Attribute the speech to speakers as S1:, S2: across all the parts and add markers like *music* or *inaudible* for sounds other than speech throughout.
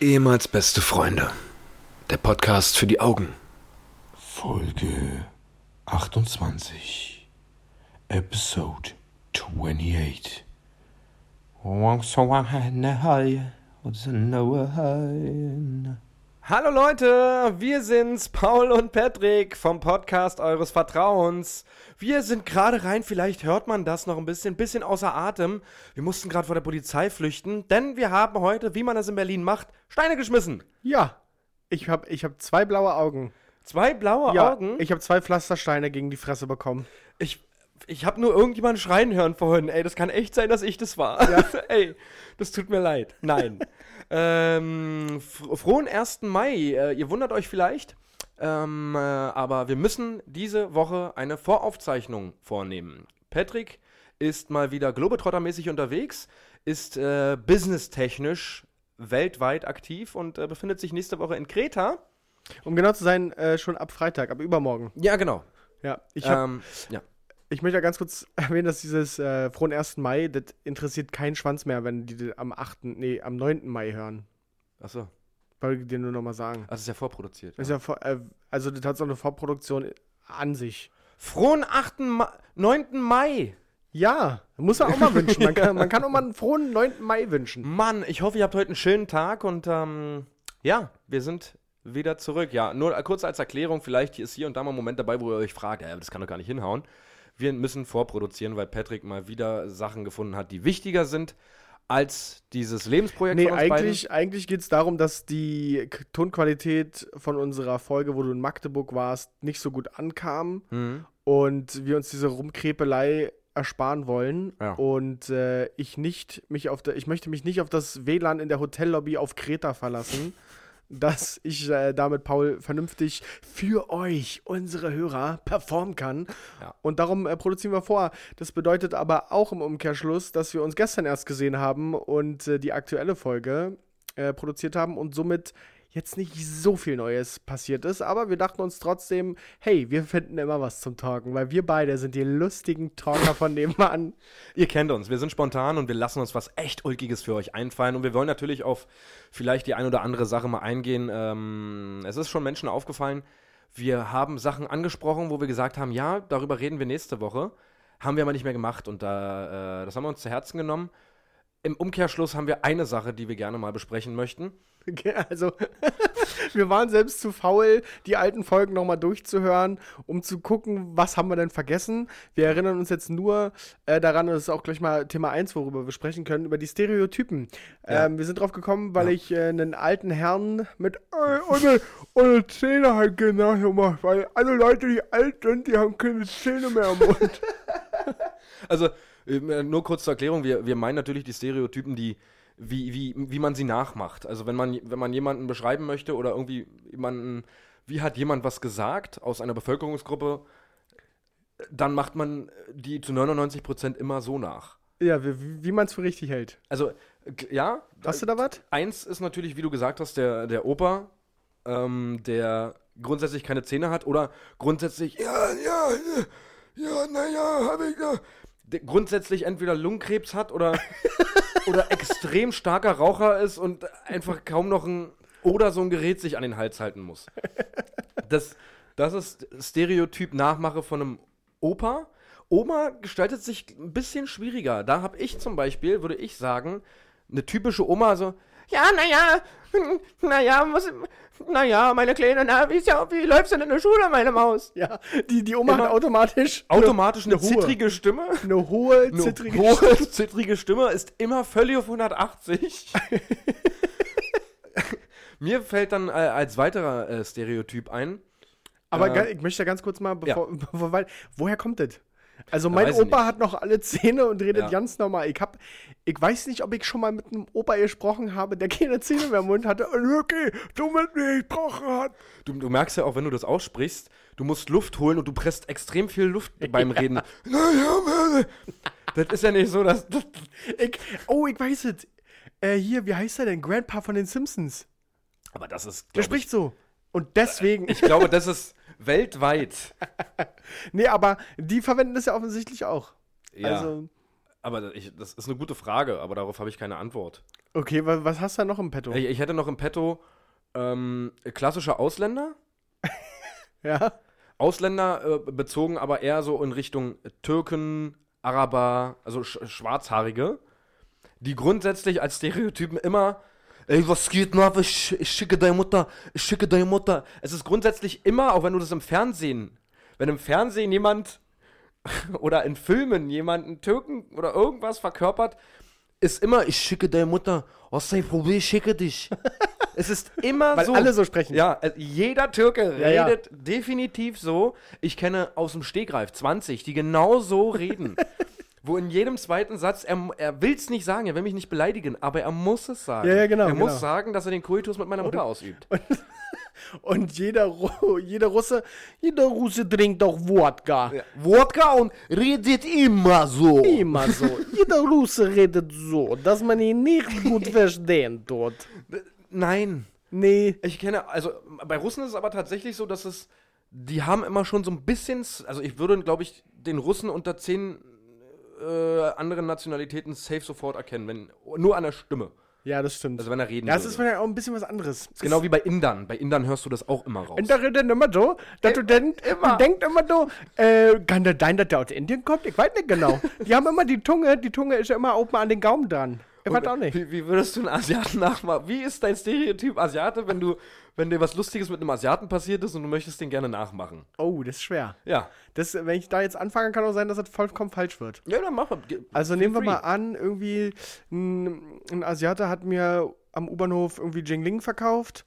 S1: Ehemals beste Freunde. Der Podcast für die Augen.
S2: Folge 28. Episode 28. Once a high, once a high.
S3: Hallo Leute, wir sind's, Paul und Patrick vom Podcast eures Vertrauens. Wir sind gerade rein, vielleicht hört man das noch ein bisschen, bisschen außer Atem. Wir mussten gerade vor der Polizei flüchten, denn wir haben heute, wie man das in Berlin macht, Steine geschmissen.
S4: Ja, ich habe ich hab zwei blaue Augen.
S3: Zwei blaue
S4: ja,
S3: Augen.
S4: ich habe zwei Pflastersteine gegen die Fresse bekommen.
S3: Ich, ich habe nur irgendjemanden schreien hören vorhin. Ey, das kann echt sein, dass ich das war. *laughs* Ey, das tut mir leid.
S4: *laughs*
S3: Nein. ähm, fr- frohen 1. Mai. Äh, ihr wundert euch vielleicht. Ähm, äh, aber wir müssen diese Woche eine Voraufzeichnung vornehmen. Patrick ist mal wieder Globetrottermäßig unterwegs, ist äh, businesstechnisch weltweit aktiv und äh, befindet sich nächste Woche in Kreta.
S4: Um genau zu sein, äh, schon ab Freitag, ab übermorgen.
S3: Ja, genau.
S4: Ja, ich, hab,
S3: ähm, ja.
S4: ich möchte ja ganz kurz *laughs* erwähnen, dass dieses äh, frohen 1. Mai, das interessiert keinen Schwanz mehr, wenn die das am 8., nee, am 9. Mai hören.
S3: Achso,
S4: Wollte ich dir nur nochmal sagen.
S3: das ist ja vorproduziert.
S4: Das Ist ja vor, äh, also das hat so eine Vorproduktion an sich.
S3: Frohen 8. Ma 9. Mai.
S4: Ja, muss man auch mal wünschen. Man kann, man kann auch mal einen frohen 9. Mai wünschen.
S3: Mann, ich hoffe, ihr habt heute einen schönen Tag und ähm, ja, wir sind wieder zurück. Ja, nur äh, kurz als Erklärung, vielleicht ist hier und da mal ein Moment dabei, wo ihr euch fragt, äh, das kann doch gar nicht hinhauen. Wir müssen vorproduzieren, weil Patrick mal wieder Sachen gefunden hat, die wichtiger sind als dieses Lebensprojekt
S4: Nee,
S3: von uns beiden.
S4: eigentlich, eigentlich geht es darum, dass die K Tonqualität von unserer Folge, wo du in Magdeburg warst, nicht so gut ankam.
S3: Mhm.
S4: und wir uns diese Rumkrepelei ersparen wollen
S3: Ja.
S4: und äh, ich nicht mich auf der, ich möchte mich nicht auf das WLAN in der Hotellobby auf
S3: *laughs*
S4: Kreta verlassen, dass ich äh, damit Paul vernünftig für euch unsere Hörer performen kann
S3: Ja.
S4: und darum äh, produzieren wir vor. Das bedeutet aber auch im Umkehrschluss, dass wir uns gestern erst gesehen haben und äh, die aktuelle Folge äh, produziert haben und somit jetzt nicht so viel Neues passiert ist, aber wir dachten uns trotzdem, hey, wir finden immer was zum Talken, weil wir beide sind die lustigen Talker von nebenan.
S3: Ihr kennt uns, wir sind spontan und wir lassen uns was echt Ulkiges für euch einfallen. Und wir wollen natürlich auf vielleicht die ein oder andere Sache mal eingehen. Ähm, es ist schon Menschen aufgefallen, wir haben Sachen angesprochen, wo wir gesagt haben, ja, darüber reden wir nächste Woche. Haben wir aber nicht mehr gemacht und da, äh, das haben wir uns zu Herzen genommen. Im Umkehrschluss haben wir eine Sache, die wir gerne mal besprechen möchten.
S4: *laughs* Also, wir waren selbst zu faul, die alten Folgen nochmal durchzuhören, um zu gucken, was haben wir denn vergessen. Wir erinnern uns jetzt nur äh, daran, und das ist auch gleich mal Thema 1, worüber wir sprechen können, über die Stereotypen.
S3: Ja.
S4: Ähm, wir sind drauf gekommen, weil ich äh, einen alten Herrn mit äh, ohne, ohne Zähne halt genau gemacht, weil alle Leute, die alt sind, die haben keine Zähne mehr
S3: *laughs*
S4: am Mund.
S3: Also, äh, nur kurz zur Erklärung, wir, wir meinen natürlich die Stereotypen, die, wie, wie, wie man sie nachmacht. Also wenn man, wenn man jemanden beschreiben möchte oder irgendwie jemanden, wie hat jemand was gesagt aus einer Bevölkerungsgruppe, dann macht man die zu 99% immer so nach.
S4: Ja, wie, wie man es für richtig hält.
S3: Also, g- ja,
S4: Hast du da was?
S3: eins ist natürlich, wie du gesagt hast, der, der Opa, ähm, der grundsätzlich keine Zähne hat oder grundsätzlich, ja, ja, ja, ja naja, habe ich ja. Der grundsätzlich entweder Lungenkrebs hat oder, oder extrem starker Raucher ist und einfach kaum noch ein oder so ein Gerät sich an den Hals halten muss. Das, das ist Stereotyp Nachmache von einem Opa. Oma gestaltet sich ein bisschen schwieriger. Da habe ich zum Beispiel, würde ich sagen, eine typische Oma so, ja, *laughs* naja, naja, muss, naja, meine Kleine, na, wie, ist ja, wie läufst du denn in der Schule, meine Maus?
S4: Ja, die, die Oma
S3: Immer-
S4: hat automatisch
S3: Automatisch eine,
S4: eine hohe.
S3: zittrige Stimme.
S4: eine hohe,
S3: Eine
S4: zittrige
S3: hohe, *laughs* zittrige Stimme ist immer völlig auf 180. Mir fällt dann äh, als weiterer äh, Stereotyp ein,
S4: Aber
S3: Äh,
S4: ga- ich möchte ganz kurz mal, bevor, *laughs* bevor weil, woher kommt das? Also mein
S3: weiß ich
S4: Opa hat noch alle Zähne und redet
S3: Ja.
S4: ganz normal. Ich hab, ich weiß nicht, ob ich schon mal mit einem Opa gesprochen habe, der keine Zähne mehr im Mund hatte. Okay, du mit mir gesprochen hat.
S3: Du, du merkst ja auch, wenn du das aussprichst, du musst Luft holen und du presst extrem viel *laughs* Luft beim Reden. das ist ja nicht so, dass. Das,
S4: Ich, oh, ich weiß es. Äh, hier, wie heißt er denn? Grandpa von den Simpsons.
S3: aber das ist. glaub
S4: Der
S3: Äh,
S4: spricht so. Und deswegen.
S3: Ich, ich glaube, das ist weltweit. *laughs*
S4: nee, aber die verwenden das ja offensichtlich auch.
S3: Ja.
S4: Also,
S3: Aber ich, das ist eine gute Frage, aber darauf habe ich keine Antwort.
S4: Okay, wa was hast du da noch im Petto?
S3: Ich, ich hätte noch im Petto ähm, klassische Ausländer.
S4: Ja?
S3: Ausländer äh, bezogen aber eher so in Richtung Türken, Araber, also sch Schwarzhaarige, die grundsätzlich als Stereotypen immer, ey, was geht nach, ich, ich schicke deine Mutter, ich schicke deine Mutter. Es ist grundsätzlich immer, auch wenn du das im Fernsehen, wenn im Fernsehen jemand *laughs* oder in Filmen jemanden Türken oder irgendwas verkörpert, ist immer, ich schicke deine Mutter, was ist dein Problem, ich schicke
S4: *laughs*
S3: dich. es ist immer
S4: Weil
S3: so.
S4: alle so sprechen.
S3: Ja, also jeder Türke
S4: Ja, ja.
S3: redet definitiv so. Ich kenne aus dem Stegreif 20, die genau
S4: *laughs*
S3: so reden. Wo in jedem zweiten Satz, er, er will es nicht sagen, er will mich nicht beleidigen, aber er muss es sagen.
S4: Ja, ja, genau,
S3: Er
S4: genau.
S3: muss sagen, dass er den Koitus mit meiner Mutter ausübt.
S4: Und jeder, Ru *laughs* jeder Russe, jeder Russe trinkt doch Wodka.
S3: Wodka und redet immer so.
S4: Immer so. Jeder Russe redet so, dass man ihn
S3: *laughs*
S4: nicht gut verstehen tut.
S3: Nein.
S4: Nee.
S3: Ich kenne, also bei Russen ist es aber tatsächlich so, dass es, die haben immer schon so ein bisschen, also ich würde, glaube ich, den Russen unter zehn äh, anderen Nationalitäten safe sofort erkennen, wenn nur an der Stimme.
S4: Ja, das stimmt.
S3: Also wenn er reden
S4: das ist
S3: würde.
S4: vielleicht auch ein bisschen was anderes.
S3: Ist genau wie bei Indern. Bei Indern hörst du das auch immer raus.
S4: Und da redet immer so, dass du denn,
S3: Äh, immer.
S4: du denkt immer so, äh, kann das sein, dass der aus Indien kommt? Ich weiß nicht genau. Die haben immer die Tunge, die Tunge ist ja immer auch mal an den Gaumen dran. Ich weiß auch nicht.
S3: äh, Wie, wie würdest du einen Asiaten nachmachen? Wie ist dein Stereotyp Asiate, wenn du, wenn dir was Lustiges mit einem Asiaten passiert ist und du möchtest den gerne nachmachen?
S4: Oh, das ist schwer.
S3: Ja.
S4: Das, wenn ich da jetzt anfange, kann auch sein, dass das vollkommen falsch wird.
S3: Ja, dann mach mal. Ge-
S4: Also nehmen wir
S3: free.
S4: mal an, irgendwie ein, ein Asiate hat mir am U-Bahnhof irgendwie Jingling verkauft,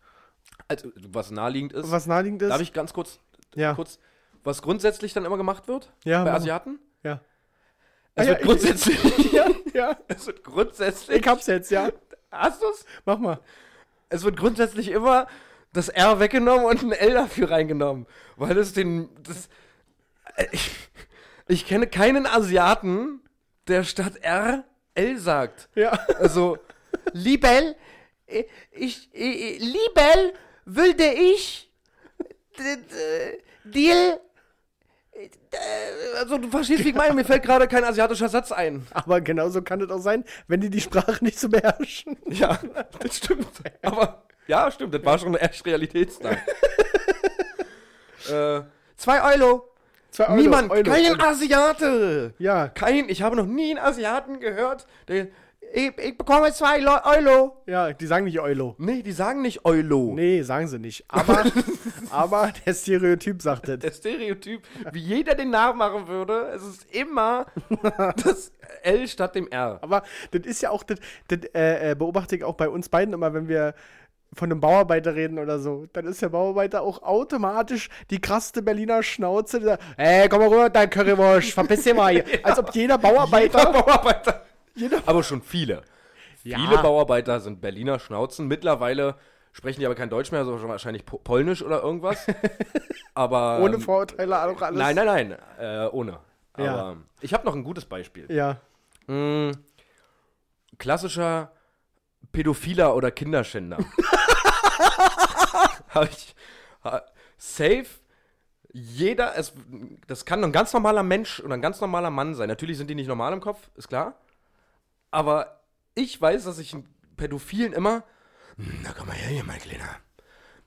S3: Also, was naheliegend ist.
S4: was naheliegend ist.
S3: Darf ich ganz kurz,
S4: Ja.
S3: kurz, was grundsätzlich dann immer gemacht wird
S4: Ja,
S3: bei
S4: mach mal.
S3: Asiaten?
S4: Ja.
S3: Es
S4: Ah, ja,
S3: wird *laughs* grundsätzlich,
S4: Ja, ja.
S3: es wird grundsätzlich,
S4: Ich hab's jetzt, ja.
S3: hast du's?
S4: Mach mal.
S3: Es wird grundsätzlich immer das R weggenommen und ein L dafür reingenommen, weil es den, das, äh, ich, ich kenne keinen Asiaten, der statt R L sagt.
S4: Ja.
S3: *laughs* Also, Liebel, äh, ich, äh, äh, Liebel, würde ich, d- d- Deal, äh, d- also du verstehst, wie ich meine, mir fällt gerade kein asiatischer Satz ein.
S4: Aber genauso kann es auch sein, wenn die die Sprache nicht so beherrschen.
S3: Ja, *laughs* das stimmt. Aber, ja, stimmt, das war schon echt
S4: *laughs*
S3: realitätsnah. äh, zwei Euro.
S4: Zwei Euro,
S3: Niemand,
S4: Euro,
S3: kein
S4: Euro.
S3: Asiate.
S4: Ja,
S3: Kein, ich habe noch nie einen Asiaten gehört, der, ich, ich bekomme zwei Lo- Euro.
S4: ja, die sagen nicht Euro.
S3: Nee, die sagen nicht Eulo.
S4: Nee, sagen sie nicht. Aber, aber der Stereotyp sagt es.
S3: Der Stereotyp, wie jeder den nachmachen würde, es ist
S4: *laughs*
S3: immer das L statt dem R.
S4: Aber das ist ja auch, das, das äh, äh, beobachte ich auch bei uns beiden immer, wenn wir von einem Bauarbeiter reden oder so, dann ist der Bauarbeiter auch automatisch die krasseste Berliner Schnauze. Der, hey, komm mal rüber, dein Currywurst, verpiss dich
S3: *laughs*
S4: mal hier. Als ob jeder Bauarbeiter,
S3: Jeder Bauarbeiter. Aber schon viele.
S4: Ja.
S3: Viele Bauarbeiter sind Berliner Schnauzen. Mittlerweile sprechen die aber kein Deutsch mehr, sondern wahrscheinlich po Polnisch oder
S4: *laughs*
S3: irgendwas. aber.
S4: ohne
S3: ähm,
S4: Vorurteile, auch alles.
S3: Nein, nein, nein. Äh, ohne. Aber
S4: Ja.
S3: ich habe noch ein gutes Beispiel.
S4: Ja,
S3: Mm, klassischer Pädophiler oder Kinderschänder. Habe ich ha, safe. Jeder, es, das kann ein ganz normaler Mensch oder ein ganz normaler Mann sein. Natürlich sind die nicht normal im Kopf, ist klar. Aber ich weiß, dass ich einen Pädophilen immer. "Hm, Na komm mal her, hier, mein Kleiner.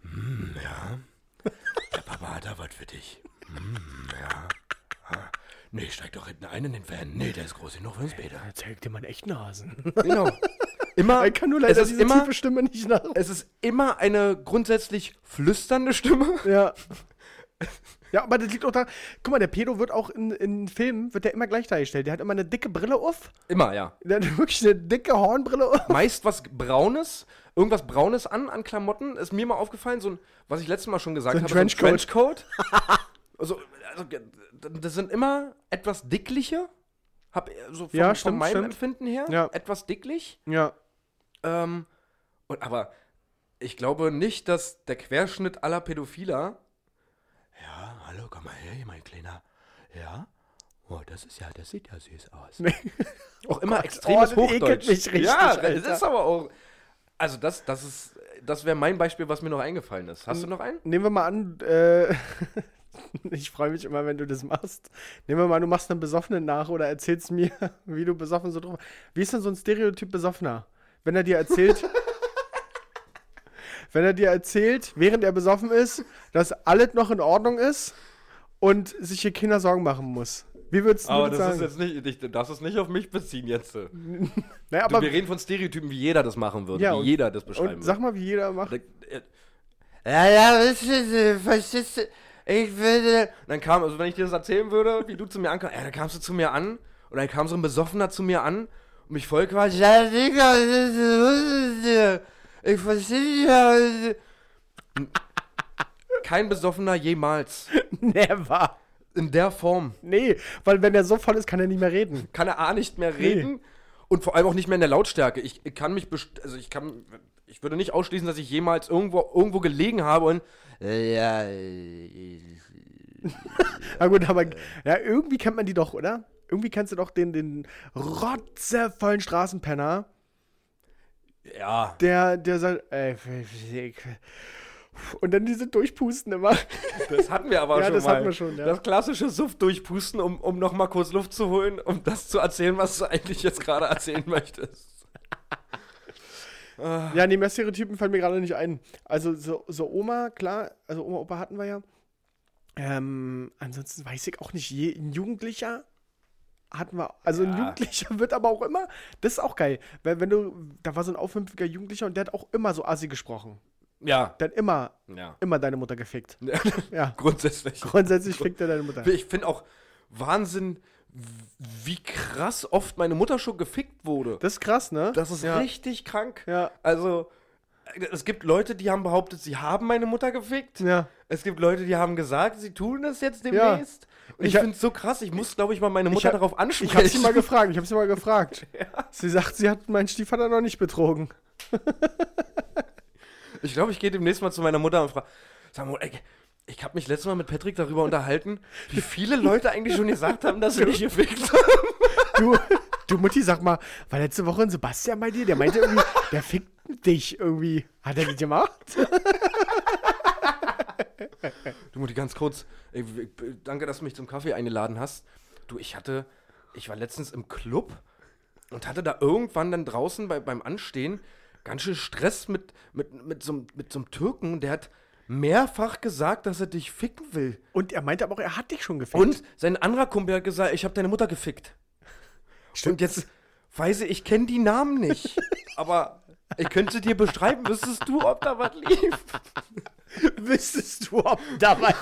S3: Hm, ja. Der Papa hat da was für dich. Hm, ja. Ah, Nee, steig doch hinten ein in den Van. Nee, der ist groß genug für uns später.
S4: zeig dir mal einen echten Hasen. *laughs*
S3: Genau. Immer,
S4: Ich kann nur leider
S3: es ist
S4: diese
S3: immer,
S4: tiefe Stimme nicht nach.
S3: es ist immer eine grundsätzlich flüsternde Stimme. *laughs*
S4: Ja. Ja, aber das liegt auch da. Guck mal, der Pedo wird auch in, in Filmen, wird der immer gleich dargestellt. Der hat immer eine dicke Brille auf.
S3: Immer, ja.
S4: Der hat *laughs* wirklich eine dicke Hornbrille auf.
S3: Meist was Braunes, irgendwas Braunes an, an Klamotten. Ist mir mal aufgefallen, so ein, was ich letztes Mal schon gesagt
S4: So ein
S3: habe,
S4: Trenchcoat.
S3: so ein Trenchcoat. *laughs* also, also, das sind immer etwas dickliche. Hab, äh, so von,
S4: Ja,
S3: von
S4: stimmt,
S3: meinem
S4: stimmt.
S3: Empfinden her.
S4: Ja.
S3: Etwas dicklich.
S4: Ja.
S3: Ähm, und, aber ich glaube nicht, dass der Querschnitt aller Pädophiler. Ja, hallo, komm mal her, hier, mein Kleiner. Ja? Oh, das ist ja, das sieht ja süß *laughs* aus. Auch immer extremes
S4: oh, das ekelt
S3: Hochdeutsch.
S4: mich richtig,
S3: ja, es
S4: Alter.
S3: ist aber auch. Also das, das ist, das wäre mein Beispiel, was mir noch eingefallen ist. Hast du noch einen?
S4: Nehmen wir mal an, äh, *laughs* Ich freue mich immer, wenn du das machst. Nehmen wir mal, du machst einen Besoffenen nach oder erzählst mir, *laughs* wie du besoffen so drauf. Wie ist denn so ein Stereotyp Besoffener? Wenn er
S3: *laughs*
S4: dir erzählt, wenn er dir erzählt, während er besoffen ist, dass alles noch in Ordnung ist und sich hier Kinder Sorgen machen muss. Wie würdest du
S3: Aber
S4: das
S3: Ah, das
S4: sagen?
S3: ist jetzt nicht, ich, du darfst es nicht auf mich beziehen jetzt. Du,
S4: naja, aber,
S3: wir reden von Stereotypen, wie jeder das machen würde,
S4: Ja,
S3: wie
S4: und-
S3: jeder das
S4: und
S3: beschreiben
S4: sag mal, wie jeder macht.
S3: würde. Da- äh, Ja, ja, was ist das? verstehst du? Ich würde. Dann kam, also wenn ich dir das erzählen würde, wie du zu mir ankamst, ja, dann kamst du zu mir an und dann kam so ein Besoffener zu mir an und mich voll quasi. Ja, Digga, was ist los mit dir? Ich verstehe ja. Kein Besoffener jemals.
S4: *laughs* Never.
S3: In der Form.
S4: Nee, weil wenn er so voll ist, kann er nicht mehr reden.
S3: kann er A nicht mehr reden und vor allem auch nicht mehr in der Lautstärke. Ich kann mich best also ich kann ich würde nicht ausschließen, dass ich jemals irgendwo irgendwo gelegen habe und äh, ja,
S4: Na gut, aber ja, irgendwie kennt man die doch, oder? Irgendwie kennst du doch den, den rotzevollen Straßenpenner,
S3: ja,
S4: der, der sagt, ey, und dann diese Durchpusten immer.
S3: das hatten wir aber
S4: *laughs* Ja,
S3: schon
S4: das
S3: mal.
S4: hatten wir schon, ja.
S3: Das klassische Suff durchpusten, um um noch mal kurz Luft zu holen, um das zu erzählen, was du eigentlich jetzt gerade erzählen möchtest.
S4: Ja, nee, mehr Stereotypen fallen mir gerade nicht ein. Also so, so Oma, klar, also Oma, Opa hatten wir ja. Ähm, ansonsten weiß ich auch nicht, je, ein Jugendlicher hatten wir, also ein
S3: Ja.
S4: Jugendlicher wird aber auch immer, das ist auch geil, weil wenn du, da war so ein aufmüpfiger Jugendlicher und der hat auch immer so assi gesprochen.
S3: Ja,
S4: Der hat immer,
S3: ja.
S4: immer deine Mutter
S3: *laughs*
S4: gefickt. Ja,
S3: Grundsätzlich.
S4: grundsätzlich fickt er deine Mutter.
S3: Ich finde auch Wahnsinn, wie krass oft meine Mutter schon gefickt wurde.
S4: Das ist krass, ne?
S3: Das ist
S4: ja.
S3: richtig krank.
S4: Ja.
S3: Also, es gibt Leute, die haben behauptet, sie haben meine Mutter gefickt.
S4: Ja.
S3: Es gibt Leute, die haben gesagt, sie tun das jetzt demnächst. Und ich,
S4: Ich hab-
S3: finde es so krass. Ich muss, glaube ich, mal meine
S4: Ich
S3: Mutter
S4: hab-
S3: darauf ansprechen.
S4: Ich hab sie mal gefragt, ich hab sie mal gefragt.
S3: *laughs* Ja.
S4: Sie sagt, sie hat meinen Stiefvater noch nicht betrogen.
S3: *laughs* Ich glaube, ich gehe demnächst mal zu meiner Mutter und frage, sag mal, ey, ich habe mich letztes Mal mit Patrick darüber unterhalten, wie viele Leute eigentlich schon gesagt haben, dass sie mich gefickt haben.
S4: Du, du Mutti, sag mal, war letzte Woche ein Sebastian bei dir? Der meinte irgendwie, der fickt dich irgendwie. Hat er das gemacht?
S3: Du Mutti, ganz kurz, ey, w- b- danke, dass du mich zum Kaffee eingeladen hast. Du, ich hatte, ich war letztens im Club und hatte da irgendwann dann draußen bei, beim Anstehen ganz schön Stress mit, mit, mit, so, einem- mit so einem Türken. Der hat mehrfach gesagt, dass er dich ficken will.
S4: Und er meinte aber auch, er hat dich schon gefickt.
S3: Und sein anderer Kumpel hat gesagt, ich habe deine Mutter gefickt. Und jetzt weiß ich, ich kenne die Namen nicht. aber ich könnte dir beschreiben, wüsstest du, ob da was lief.
S4: *laughs* wüsstest du, ob
S3: *laughs*
S4: dabei.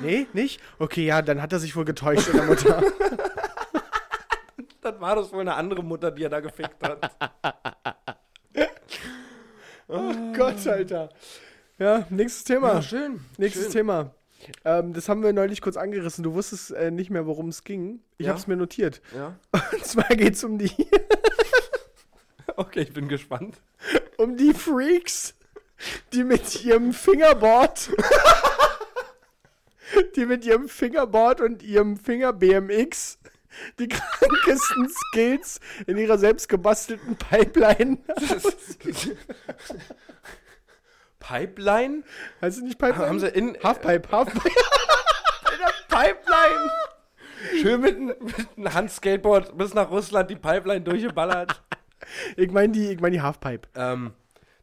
S4: nee, nicht? Okay, ja, dann hat er sich wohl getäuscht in der Mutter.
S3: Dann war das wohl eine andere Mutter, die er da gefickt hat.
S4: oh Gott, Alter. Ja, nächstes Thema.
S3: Ah. Ja, schön.
S4: Nächstes
S3: schön.
S4: Thema. Ähm, das haben wir neulich kurz angerissen. Du wusstest äh, nicht mehr, worum es ging. Ich
S3: Ja.
S4: habe es mir notiert.
S3: Ja.
S4: Und zwar geht es um
S3: *laughs*
S4: die, *laughs*
S3: Okay, ich bin gespannt.
S4: um die Freaks, die mit ihrem Fingerboard, *laughs* die mit ihrem Fingerboard und ihrem Finger BMX
S3: *laughs*
S4: die krankesten Skills in ihrer selbst gebastelten Pipeline. *laughs*
S3: *laughs* Pipeline?
S4: Heißt es nicht Pipeline?
S3: Haben sie in-
S4: Halfpipe, Halfpipe. *laughs*
S3: Pipeline! Schön mit, n- mit einem Handskateboard bis nach Russland die Pipeline
S4: *laughs*
S3: durchgeballert.
S4: Ich meine die, ich mein die Halfpipe.
S3: ähm,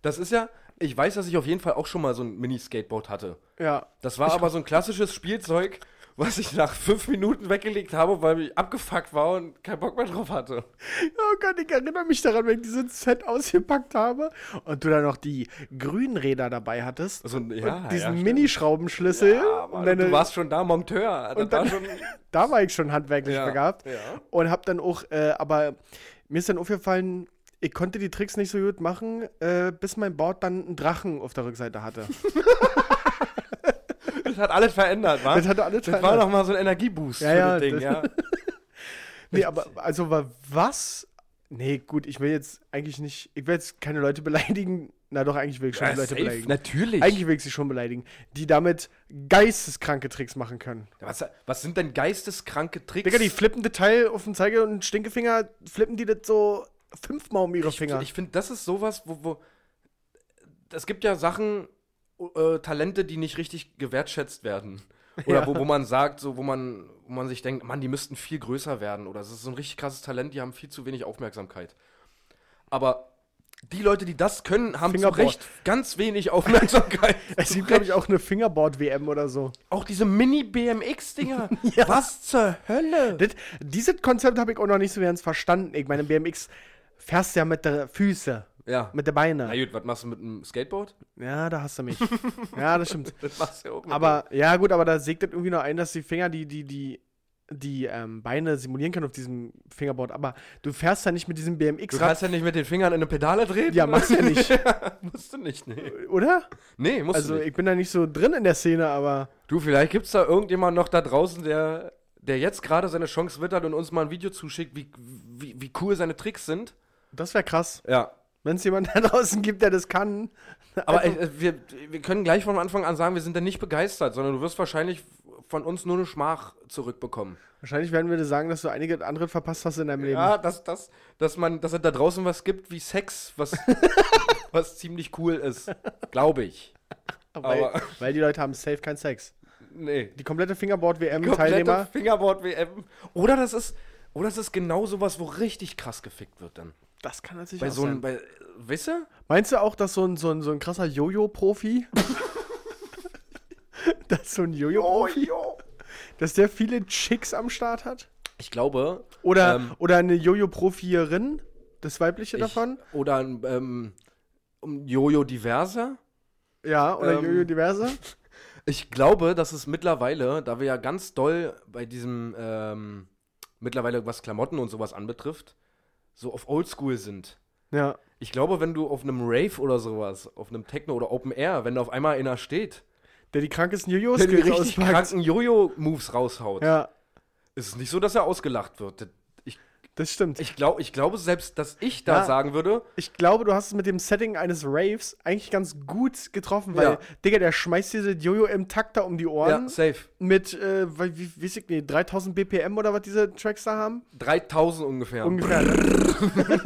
S3: das ist ja, ich weiß, dass ich auf jeden Fall auch schon mal so ein Mini-Skateboard hatte.
S4: Ja.
S3: Das war aber so ein klassisches Spielzeug, was ich nach fünf Minuten weggelegt habe, weil ich abgefuckt war und keinen Bock mehr drauf hatte.
S4: Oh Gott, ich erinnere mich daran, wenn ich dieses Set ausgepackt habe und du dann noch die grünen Räder dabei hattest.
S3: So ein-
S4: und diesen
S3: Also, stimmt.
S4: Minischraubenschlüssel.
S3: Ja, Mann,
S4: und
S3: du
S4: deine-
S3: warst schon da, Monteur. Das
S4: Und
S3: war
S4: dann-
S3: schon,
S4: da war ich schon handwerklich
S3: Ja,
S4: begabt.
S3: ja.
S4: Und hab dann auch, äh, aber mir ist dann aufgefallen, ich konnte die Tricks nicht so gut machen, äh, bis mein Board dann einen Drachen auf der Rückseite
S3: *laughs*
S4: hatte.
S3: das hat alles verändert, wa?
S4: Das hatte alles
S3: Das war
S4: verändert.
S3: noch mal so ein Energieboost
S4: Ja,
S3: für
S4: ja,
S3: das Ding,
S4: das-
S3: ja.
S4: nee, aber also wa- was? Nee, gut, ich will jetzt eigentlich nicht, ich will jetzt keine Leute beleidigen. Na doch, eigentlich will ich schon
S3: Ja,
S4: Leute
S3: safe,
S4: beleidigen.
S3: Natürlich.
S4: Eigentlich will ich sie schon beleidigen, die damit geisteskranke Tricks machen können.
S3: Was, was sind denn geisteskranke Tricks?
S4: Digga, die flippen das Teil auf den Zeiger und den Stinkefinger, flippen die das so fünfmal um ihre Finger.
S3: Ich finde, das ist sowas, wo. wo es gibt ja Sachen, äh, Talente, die nicht richtig gewertschätzt
S4: *laughs*
S3: werden. Oder wo, wo man sagt, so, wo, man, wo man sich denkt, Mann, die müssten viel größer werden. Oder es ist so ein richtig krasses Talent, die haben viel zu wenig Aufmerksamkeit. Aber die Leute, die das können, haben zu
S4: Fingerboard.
S3: Recht ganz wenig Aufmerksamkeit.
S4: *laughs* *laughs* Es gibt, glaube ich, auch eine Fingerboard-WM oder so.
S3: auch diese Mini-BMX-Dinger.
S4: *laughs* Ja.
S3: Was zur Hölle?
S4: Das, dieses Konzept habe ich auch noch nicht so ganz verstanden. Ich meine, BMX fährst du ja mit der Füße,
S3: Ja.
S4: mit der
S3: Na
S4: Beine.
S3: gut, was machst du mit einem Skateboard?
S4: Ja, da hast
S3: *laughs*
S4: du mich. ja, das stimmt.
S3: Das machst du ja auch mit
S4: Aber ja, gut, aber da sägt das irgendwie noch ein, dass die Finger die, die, die, die ähm, Beine simulieren können auf diesem Fingerboard. Aber du fährst ja nicht mit diesem
S3: Du
S4: BMX-Rad,
S3: kannst ja nicht mit den Fingern in eine Pedale drehen.
S4: Ja, machst ja nicht.
S3: Ja, *laughs* musst du nicht, nee.
S4: oder?
S3: Nee, musst
S4: Also,
S3: du nicht.
S4: ich bin da nicht so drin in der Szene, aber
S3: Du, vielleicht gibt's da irgendjemand noch da draußen, der, der jetzt gerade seine Chance wittert und uns mal ein Video zuschickt, wie, wie, wie cool seine Tricks sind.
S4: das wäre krass.
S3: Ja.
S4: Wenn es jemanden *laughs* da draußen gibt, der das kann.
S3: Aber
S4: Also
S3: äh, äh, wir, wir können gleich von Anfang an sagen, wir sind da nicht begeistert, sondern du wirst wahrscheinlich von uns nur eine Schmach zurückbekommen.
S4: Wahrscheinlich werden wir dir sagen, dass du einige andere verpasst hast in deinem Leben.
S3: Ja, dass, dass, dass, man, dass es da draußen was gibt wie Sex,
S4: *laughs*
S3: was, was ziemlich cool ist. Glaube ich.
S4: weil,
S3: aber-
S4: weil die Leute haben safe keinen Sex.
S3: Nee.
S4: Die komplette
S3: Komplette
S4: Fingerboard-WM-Teilnehmer.
S3: Fingerboard-WM. Oder das ist. Oder das ist genau sowas, wo richtig krass gefickt wird dann.
S4: Das kann natürlich
S3: Bei
S4: auch
S3: so einem,
S4: sein.
S3: bei, weißt du?
S4: Meinst du auch, dass so ein, so ein, so ein krasser Jojo-Profi. *laughs* dass so ein Jojo-Profi.
S3: Oh,
S4: Dass der viele Chicks am Start hat?
S3: Ich glaube.
S4: Oder,
S3: ähm,
S4: oder eine Jojo-Profierin? Das weibliche
S3: ich,
S4: davon?
S3: Oder ein ähm, um Jojo Diverse.
S4: Ja, oder
S3: ähm,
S4: Jojo-Diverse?
S3: Ich glaube, dass es mittlerweile, da wir ja ganz doll bei diesem, ähm, mittlerweile was Klamotten und sowas anbetrifft, so auf Oldschool sind.
S4: Ja.
S3: Ich glaube, wenn du auf einem Rave oder sowas, auf einem Techno oder Open Air, wenn da auf einmal einer steht,
S4: Der die krankesten
S3: der die
S4: Jojo-Skills
S3: richtig
S4: auspackt.
S3: kranken Jojo-Moves raushaut,
S4: Ja,
S3: ist es nicht so, dass er ausgelacht wird. Das- Ich,
S4: das stimmt. Ich,
S3: ich, glaub, ich glaube selbst, dass ich da
S4: Ja.
S3: sagen würde,
S4: glaube, du hast es mit dem Setting eines Raves eigentlich ganz gut getroffen, weil,
S3: Ja.
S4: Digga, der schmeißt dir das Jojo im Takt da um die Ohren.
S3: ja, safe.
S4: mit, äh, weil- wie, weiß ich nicht, 3000 BPM oder was diese Tracks da haben?
S3: 3000 ungefähr. *laughs*
S4: Ungefähr.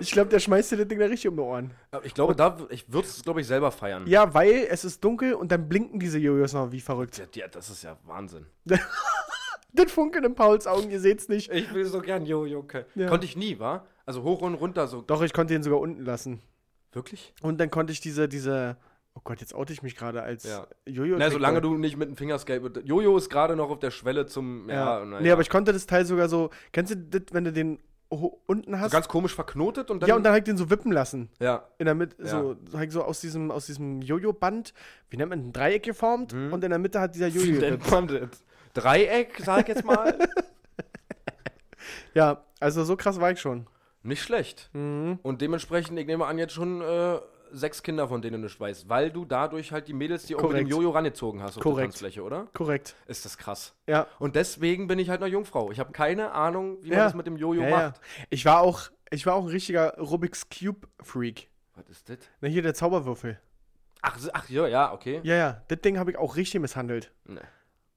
S4: ich glaube, der schmeißt dir das Ding da richtig um die Ohren.
S3: Aber ich glaube, da w- ich würde es, glaube ich, selber feiern.
S4: Ja, weil es ist dunkel und dann blinken diese Jojos noch wie verrückt.
S3: Ja, ja, das ist ja Wahnsinn.
S4: Das Funkeln in Pauls Augen, ihr seht's nicht.
S3: Ich will so gern Jojo. Okay.
S4: Ja.
S3: Konnte ich nie, wa? Also hoch und runter so.
S4: Doch, ich konnte ihn sogar unten lassen.
S3: Wirklich?
S4: Und dann konnte ich diese, diese, oh Gott, jetzt oute ich mich gerade als
S3: Ja.
S4: Jojo.
S3: Na, solange du nicht mit dem Fingerskate. Jojo ist gerade noch auf der Schwelle zum.
S4: Ja.
S3: Ja, na
S4: Nee,
S3: ja.
S4: aber ich konnte das Teil sogar so, kennst du das, wenn du den ho- unten
S3: so
S4: hast?
S3: ganz komisch verknotet und dann.
S4: ja, und dann halt den so wippen lassen.
S3: ja.
S4: in der Mitte,
S3: Ja.
S4: so, halt so aus diesem, aus diesem Jojo-Band, wie nennt man, ein Dreieck geformt
S3: Mhm.
S4: und in der Mitte hat dieser
S3: Wie *laughs*
S4: Jojo.
S3: nennt man das? Dreieck, sag ich jetzt mal.
S4: Ja, also so krass war ich schon.
S3: nicht schlecht.
S4: Mhm.
S3: Und dementsprechend, ich nehme an, jetzt schon äh, sechs Kinder, von denen du nicht weißt, weil du dadurch halt die Mädels, die auch mit dem
S4: Korrekt.
S3: Jojo rangezogen hast auf der
S4: Korrekt.
S3: Tanzfläche, oder?
S4: Korrekt.
S3: Ist das krass.
S4: Ja.
S3: Und deswegen bin ich halt noch Jungfrau. Ich habe keine Ahnung, wie man
S4: Ja.
S3: das mit dem Jojo
S4: ja, ja.
S3: macht.
S4: Ich war auch, ich war auch ein richtiger Rubik's Cube-Freak.
S3: Was ist das?
S4: Na, hier der Zauberwürfel.
S3: Ach, so- ach ja, ja, okay.
S4: Ja, ja, das Ding habe ich auch richtig misshandelt.
S3: Nee.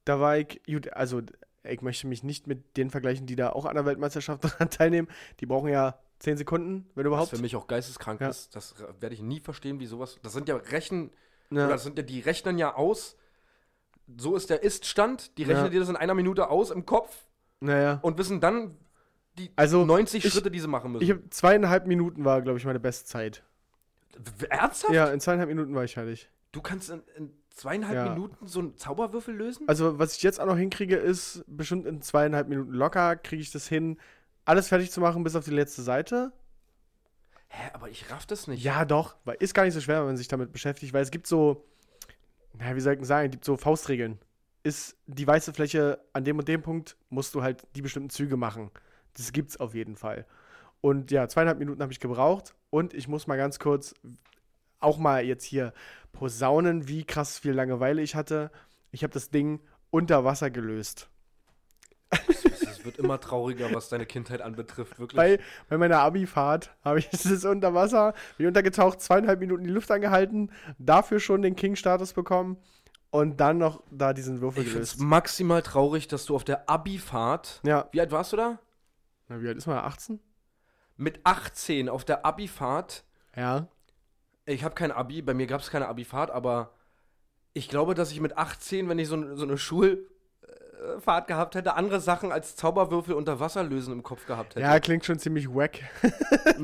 S4: Da war ich, gut, also ich möchte mich nicht mit denen vergleichen, die da auch an der Weltmeisterschaft *laughs* dran teilnehmen. Die brauchen ja 10 Sekunden, wenn
S3: Was
S4: überhaupt.
S3: für mich auch geisteskrank
S4: Ja.
S3: ist, das äh, werde ich nie verstehen, wie sowas. Das sind ja Rechen.
S4: Ja.
S3: Oder das sind ja, die rechnen ja aus. So ist der Ist-Stand. Die
S4: Ja.
S3: rechnen dir das in einer Minute aus im Kopf
S4: Naja.
S3: und wissen dann die
S4: Also,
S3: 90
S4: ich-
S3: Schritte, die sie machen müssen.
S4: Ich habe zweieinhalb Minuten war, glaube ich, meine Bestzeit.
S3: W- Ernsthaft?
S4: Ja, in zweieinhalb Minuten war ich fertig.
S3: Du kannst in, in zweieinhalb
S4: Ja.
S3: Minuten so einen Zauberwürfel lösen?
S4: Also, was ich jetzt auch noch hinkriege, ist, bestimmt in zweieinhalb Minuten locker kriege ich das hin, alles fertig zu machen bis auf die letzte Seite.
S3: Hä, aber ich raff das nicht.
S4: Ja, doch. Weil ist gar nicht so schwer, wenn man sich damit beschäftigt, weil es gibt so, na, wie soll ich denn sagen, es gibt so Faustregeln. Ist die weiße Fläche an dem und dem Punkt, musst du halt die bestimmten Züge machen. Das gibt's auf jeden Fall. Und ja, zweieinhalb Minuten habe ich gebraucht und ich muss mal ganz kurz auch mal jetzt hier posaunen, wie krass viel Langeweile ich hatte. Ich habe das Ding unter Wasser gelöst.
S3: Also Es wird immer trauriger, was deine Kindheit anbetrifft, wirklich.
S4: bei, bei meiner Abi-Fahrt habe ich *laughs* es unter Wasser, bin untergetaucht, zweieinhalb Minuten die Luft angehalten, dafür schon den King-Status bekommen und dann noch da diesen Würfel
S3: ich finde es
S4: gelöst.
S3: maximal traurig, dass du auf der Abi-Fahrt.
S4: Ja.
S3: Wie alt warst du da?
S4: Na, wie alt ist man? 18?
S3: Mit 18 auf der Abi-Fahrt
S4: Ja.
S3: ich habe kein Abi, bei mir gab es keine Abi-Fahrt, aber ich glaube, dass ich mit 18, wenn ich so, ne- so eine Schulfahrt gehabt hätte, andere Sachen als Zauberwürfel unter Wasser lösen im Kopf gehabt hätte.
S4: Ja, klingt schon ziemlich wack.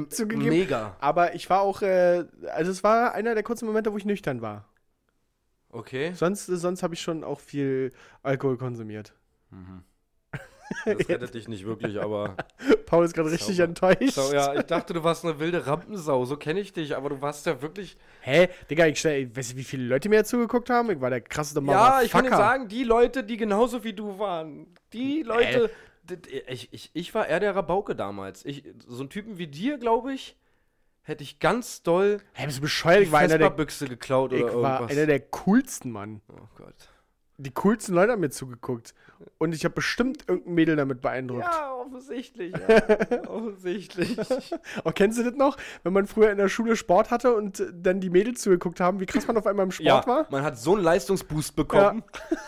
S4: zugegeben.
S3: Mega.
S4: Aber ich war auch, äh, also es war einer der kurzen Momente, wo ich nüchtern war.
S3: Okay.
S4: Sonst, sonst habe ich schon auch viel Alkohol konsumiert.
S3: Das
S4: *laughs*
S3: rettet dich nicht wirklich, aber.
S4: Paul ist gerade richtig enttäuscht.
S3: So, ja, ich dachte, du warst eine wilde Rampensau. So kenne ich dich, aber du warst ja wirklich.
S4: Hä? Digga, ich stell, weißt du, wie viele Leute mir zugeguckt haben? Ich war der krasseste
S3: Ja, ich kann dir
S4: Motherfucker.
S3: sagen, die Leute, die genauso wie du waren,
S4: Äh.
S3: die Leute. D- Ich, ich, ich war eher der Rabauke damals. Ich, so einen Typen wie dir, glaube ich, hätte ich ganz doll
S4: Hä, bist du bescheuert?
S3: die
S4: Ich war einer der,
S3: Vespa-Büchse geklaut
S4: ich
S3: oder
S4: war
S3: irgendwas.
S4: einer der coolsten, Mann.
S3: oh Gott.
S4: Die coolsten Leute haben mir zugeguckt. Und ich habe bestimmt irgendein Mädel damit beeindruckt.
S3: Ja, offensichtlich.
S4: *laughs*
S3: Ja. offensichtlich.
S4: Oh, kennst du das noch? Wenn man früher in der Schule Sport hatte und äh, dann die Mädels zugeguckt haben, wie krass man auf einmal im Sport
S3: ja,
S4: war?
S3: man hat so einen Leistungsboost bekommen. *laughs*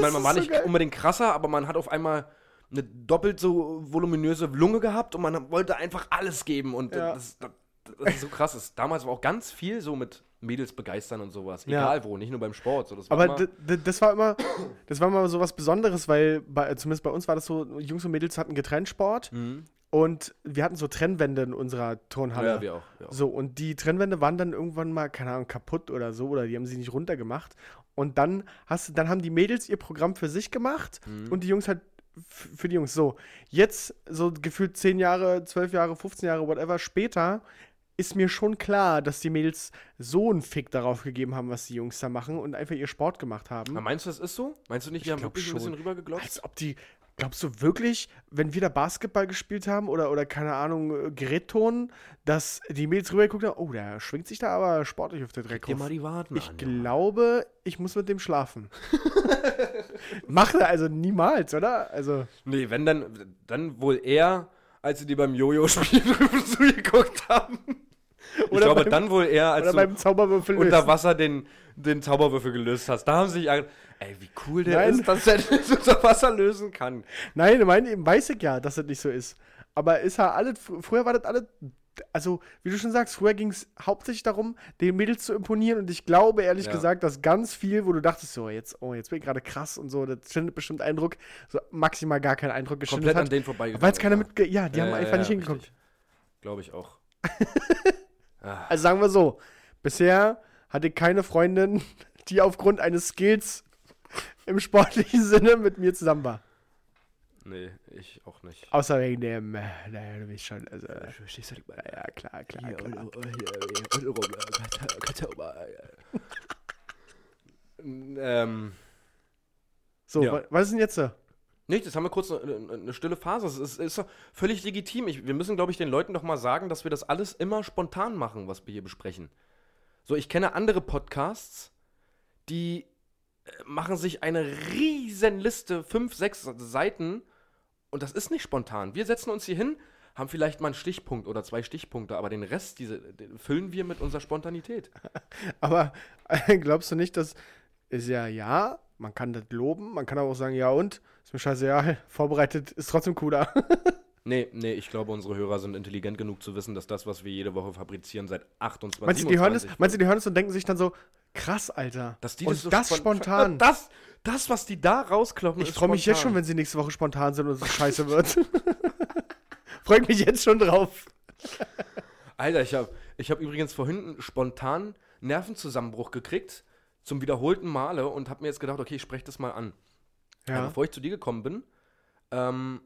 S3: man, man war
S4: so
S3: nicht
S4: geil.
S3: unbedingt krasser, aber man hat auf einmal eine doppelt so voluminöse Lunge gehabt und man wollte einfach alles geben. Und
S4: Ja.
S3: das, das, das ist so krass. Das, damals war auch ganz viel so mit Mädels begeistern und sowas.
S4: Ja.
S3: Egal wo, nicht nur beim Sport. So, das war
S4: Aber
S3: immer,
S4: d- d- das war immer, das war immer so was Besonderes, weil bei, zumindest bei uns war das so, Jungs und Mädels hatten getrennt Sport und wir hatten so Trennwände in unserer Turnhalle.
S3: Mhm. ja, wir auch. Wir auch.
S4: So, und die Trennwände waren dann irgendwann mal, keine Ahnung, kaputt oder so, oder die haben sie nicht runtergemacht. Und dann hast du, dann haben die Mädels ihr Programm für sich gemacht
S3: Mhm.
S4: und die Jungs halt f- für die Jungs so. Jetzt, so gefühlt 10 Jahre, 12 Jahre, 15 Jahre, whatever, später, ist mir schon klar, dass die Mädels so einen Fick darauf gegeben haben, was die Jungs da machen und einfach ihr Sport gemacht haben.
S3: Aber meinst du, das ist so? Meinst du nicht, wir haben
S4: glaub
S3: wirklich ein bisschen
S4: schon.
S3: rübergeglotzt?
S4: Als ob die. Glaubst du wirklich, wenn wir da Basketball gespielt haben oder, oder keine Ahnung, äh, Gerätturnen, dass die Mädels rübergeguckt haben, oh, der schwingt sich da aber sportlich auf der Dreck
S3: Geh
S4: auf.
S3: mal die Waden
S4: Ich
S3: an.
S4: glaube, ich muss mit dem schlafen. *laughs* Mache also niemals, oder? Also,
S3: Nee, wenn dann, dann wohl eher, als sie dir beim Jojo-Spiel *laughs* drüben zugeguckt haben. Ich
S4: Oder
S3: glaube,
S4: beim-
S3: dann wohl eher, als
S4: oder
S3: du
S4: beim Zauberwürfel
S3: unter
S4: lösen.
S3: Wasser den, den Zauberwürfel gelöst hast. Da haben sie sich ange- ey, wie cool der *laughs*
S4: Nein.
S3: ist, dass er das unter Wasser lösen kann.
S4: Nein, mein, eben weiß ich ja, dass das nicht so ist. Aber ist ja alles, fr- früher war das alles, also wie du schon sagst, früher ging es hauptsächlich darum, den Mädels zu imponieren. Und ich glaube ehrlich
S3: Ja.
S4: gesagt, dass ganz viel, wo du dachtest, so jetzt, oh, jetzt bin ich gerade krass und so, das schindet bestimmt Eindruck, so maximal gar keinen Eindruck geschindet
S3: Komplett an
S4: hat.
S3: denen vorbeigegangen.
S4: Weil es keiner mitge... Ja, die haben einfach nicht hingeguckt.
S3: Glaube ich auch.
S4: Also sagen wir so, bisher hatte ich keine Freundin, *laughs* die aufgrund eines Skills im sportlichen *laughs* Sinne mit mir zusammen war.
S3: Nee, ich auch nicht.
S4: Außer wegen dem, äh, naja, du weißt schon, also, äh,
S1: Verstehst du
S4: ja, klar,
S3: Ah,
S4: klar, klar. oh,
S3: *laughs* Ähm,
S4: So,
S3: Ja.
S4: wa- was ist denn jetzt? äh? so?
S3: nicht, das haben wir kurz eine, eine stille Phase. Es ist, ist doch völlig legitim. Ich, wir müssen, glaube ich, den Leuten doch mal sagen, dass wir das alles immer spontan machen, was wir hier besprechen. So, ich kenne andere Podcasts, die äh, machen sich eine riesen Liste, fünf, sechs Seiten, und das ist nicht spontan. Wir setzen uns hier hin, haben vielleicht mal einen Stichpunkt oder zwei Stichpunkte, aber den Rest diese, den füllen wir mit unserer Spontanität.
S4: Aber äh, glaubst du nicht, dass ist ja ja, man kann das loben, man kann aber auch sagen, ja und ist mir scheißegal, *laughs* vorbereitet ist trotzdem cooler.
S3: Nee, nee, ich glaube, unsere Hörer sind intelligent genug zu wissen, dass das, was wir jede Woche fabrizieren, seit 28
S4: *laughs* meinst du, die hören es,
S3: 27
S4: meinst du, die hören es und denken sich dann so krass, Alter.
S3: Dass die
S4: und
S3: das so
S4: das
S3: spon-
S4: spontan.
S3: Das, das, was die da rauskloppen,
S4: ich freue mich jetzt schon, wenn sie nächste Woche spontan sind und es scheiße wird. *laughs* freue mich jetzt schon drauf.
S3: Alter, ich habe ich hab übrigens vorhin spontan Nervenzusammenbruch gekriegt, zum wiederholten Male, und habe mir jetzt gedacht, okay, ich spreche das mal an. Ja.
S4: Ja.
S3: bevor ich zu dir gekommen bin, ähm,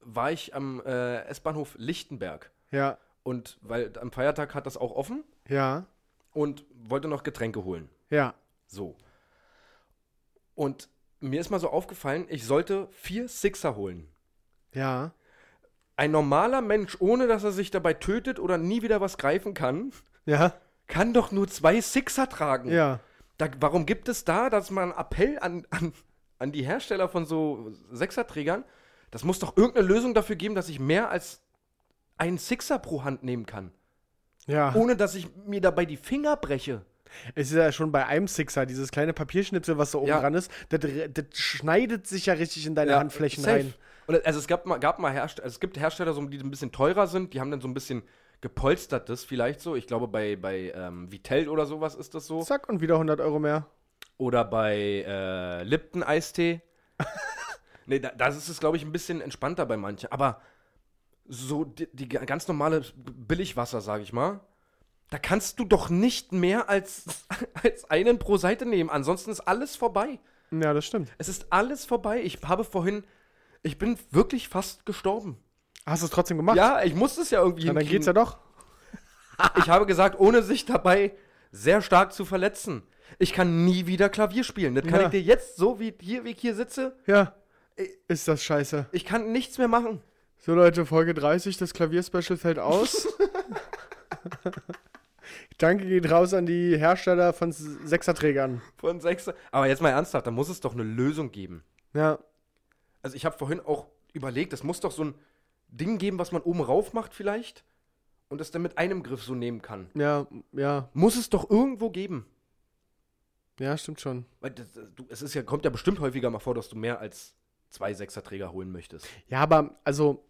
S3: war ich am äh, S-Bahnhof Lichtenberg.
S4: Ja.
S3: Und weil am Feiertag hat das auch offen
S4: Ja.
S3: und wollte noch Getränke holen.
S4: Ja.
S3: So. Und mir ist mal so aufgefallen, ich sollte vier Sixer holen.
S4: Ja.
S3: Ein normaler Mensch, ohne dass er sich dabei tötet oder nie wieder was greifen kann,
S4: Ja.
S3: kann doch nur zwei Sixer tragen.
S4: Ja.
S3: Da, warum gibt es da, dass man einen Appell an, an, an die Hersteller von so Sechserträgern, das muss doch irgendeine Lösung dafür geben, dass ich mehr als einen Sixer pro Hand nehmen kann,
S4: Ja.
S3: ohne dass ich mir dabei die Finger breche.
S4: Es ist ja schon bei einem Sixer, dieses kleine Papierschnipsel, was da oben
S3: Ja.
S4: dran ist, das, re- das schneidet sich ja richtig in deine Handflächen
S3: safe.
S4: rein.
S3: Und also es gab mal, gab mal Hersteller, es gibt Hersteller, so, die ein bisschen teurer sind, die haben dann so ein bisschen gepolstertes vielleicht so. Ich glaube, bei, bei ähm, Vitell oder sowas ist das so.
S4: Zack, und wieder 100 Euro mehr.
S3: Oder bei äh,
S4: *laughs*
S3: Lipton-Eistee. nee, da, das ist es, glaube ich, ein bisschen entspannter bei manchen. Aber so die, die ga- ganz normale Billigwasser, sage ich mal, da kannst du doch nicht mehr als, *laughs* als einen pro Seite nehmen. Ansonsten ist alles vorbei.
S4: Ja, das stimmt.
S3: Es ist alles vorbei. Ich habe vorhin, ich bin wirklich fast gestorben.
S4: Hast du es trotzdem gemacht?
S3: Ja, ich musste es ja irgendwie
S4: Na, dann
S3: hinkriegen.
S4: geht's ja doch.
S3: Ich habe gesagt, ohne sich dabei sehr stark zu verletzen. Ich kann nie wieder Klavier spielen. Das kann
S4: Ja.
S3: ich dir jetzt, so wie, hier, wie ich hier sitze,
S4: Ja. Ist das scheiße.
S3: ich kann nichts mehr machen.
S4: So Leute, Folge 30, das Klavierspecial fällt *laughs* aus. Danke geht raus an die Hersteller von S- Sechserträgern.
S3: Von sechs. Aber jetzt mal ernsthaft, da muss es doch eine Lösung geben.
S4: Ja.
S3: Also ich habe vorhin auch überlegt, es muss doch so ein Ding geben, was man oben rauf macht vielleicht und das dann mit einem Griff so nehmen kann.
S4: Ja, ja,
S3: Muss es doch irgendwo geben.
S4: ja, stimmt schon.
S3: Weil das, das- du, es ist ja, kommt ja bestimmt häufiger mal vor, dass du mehr als zwei Sechserträger holen möchtest.
S4: Ja, aber also,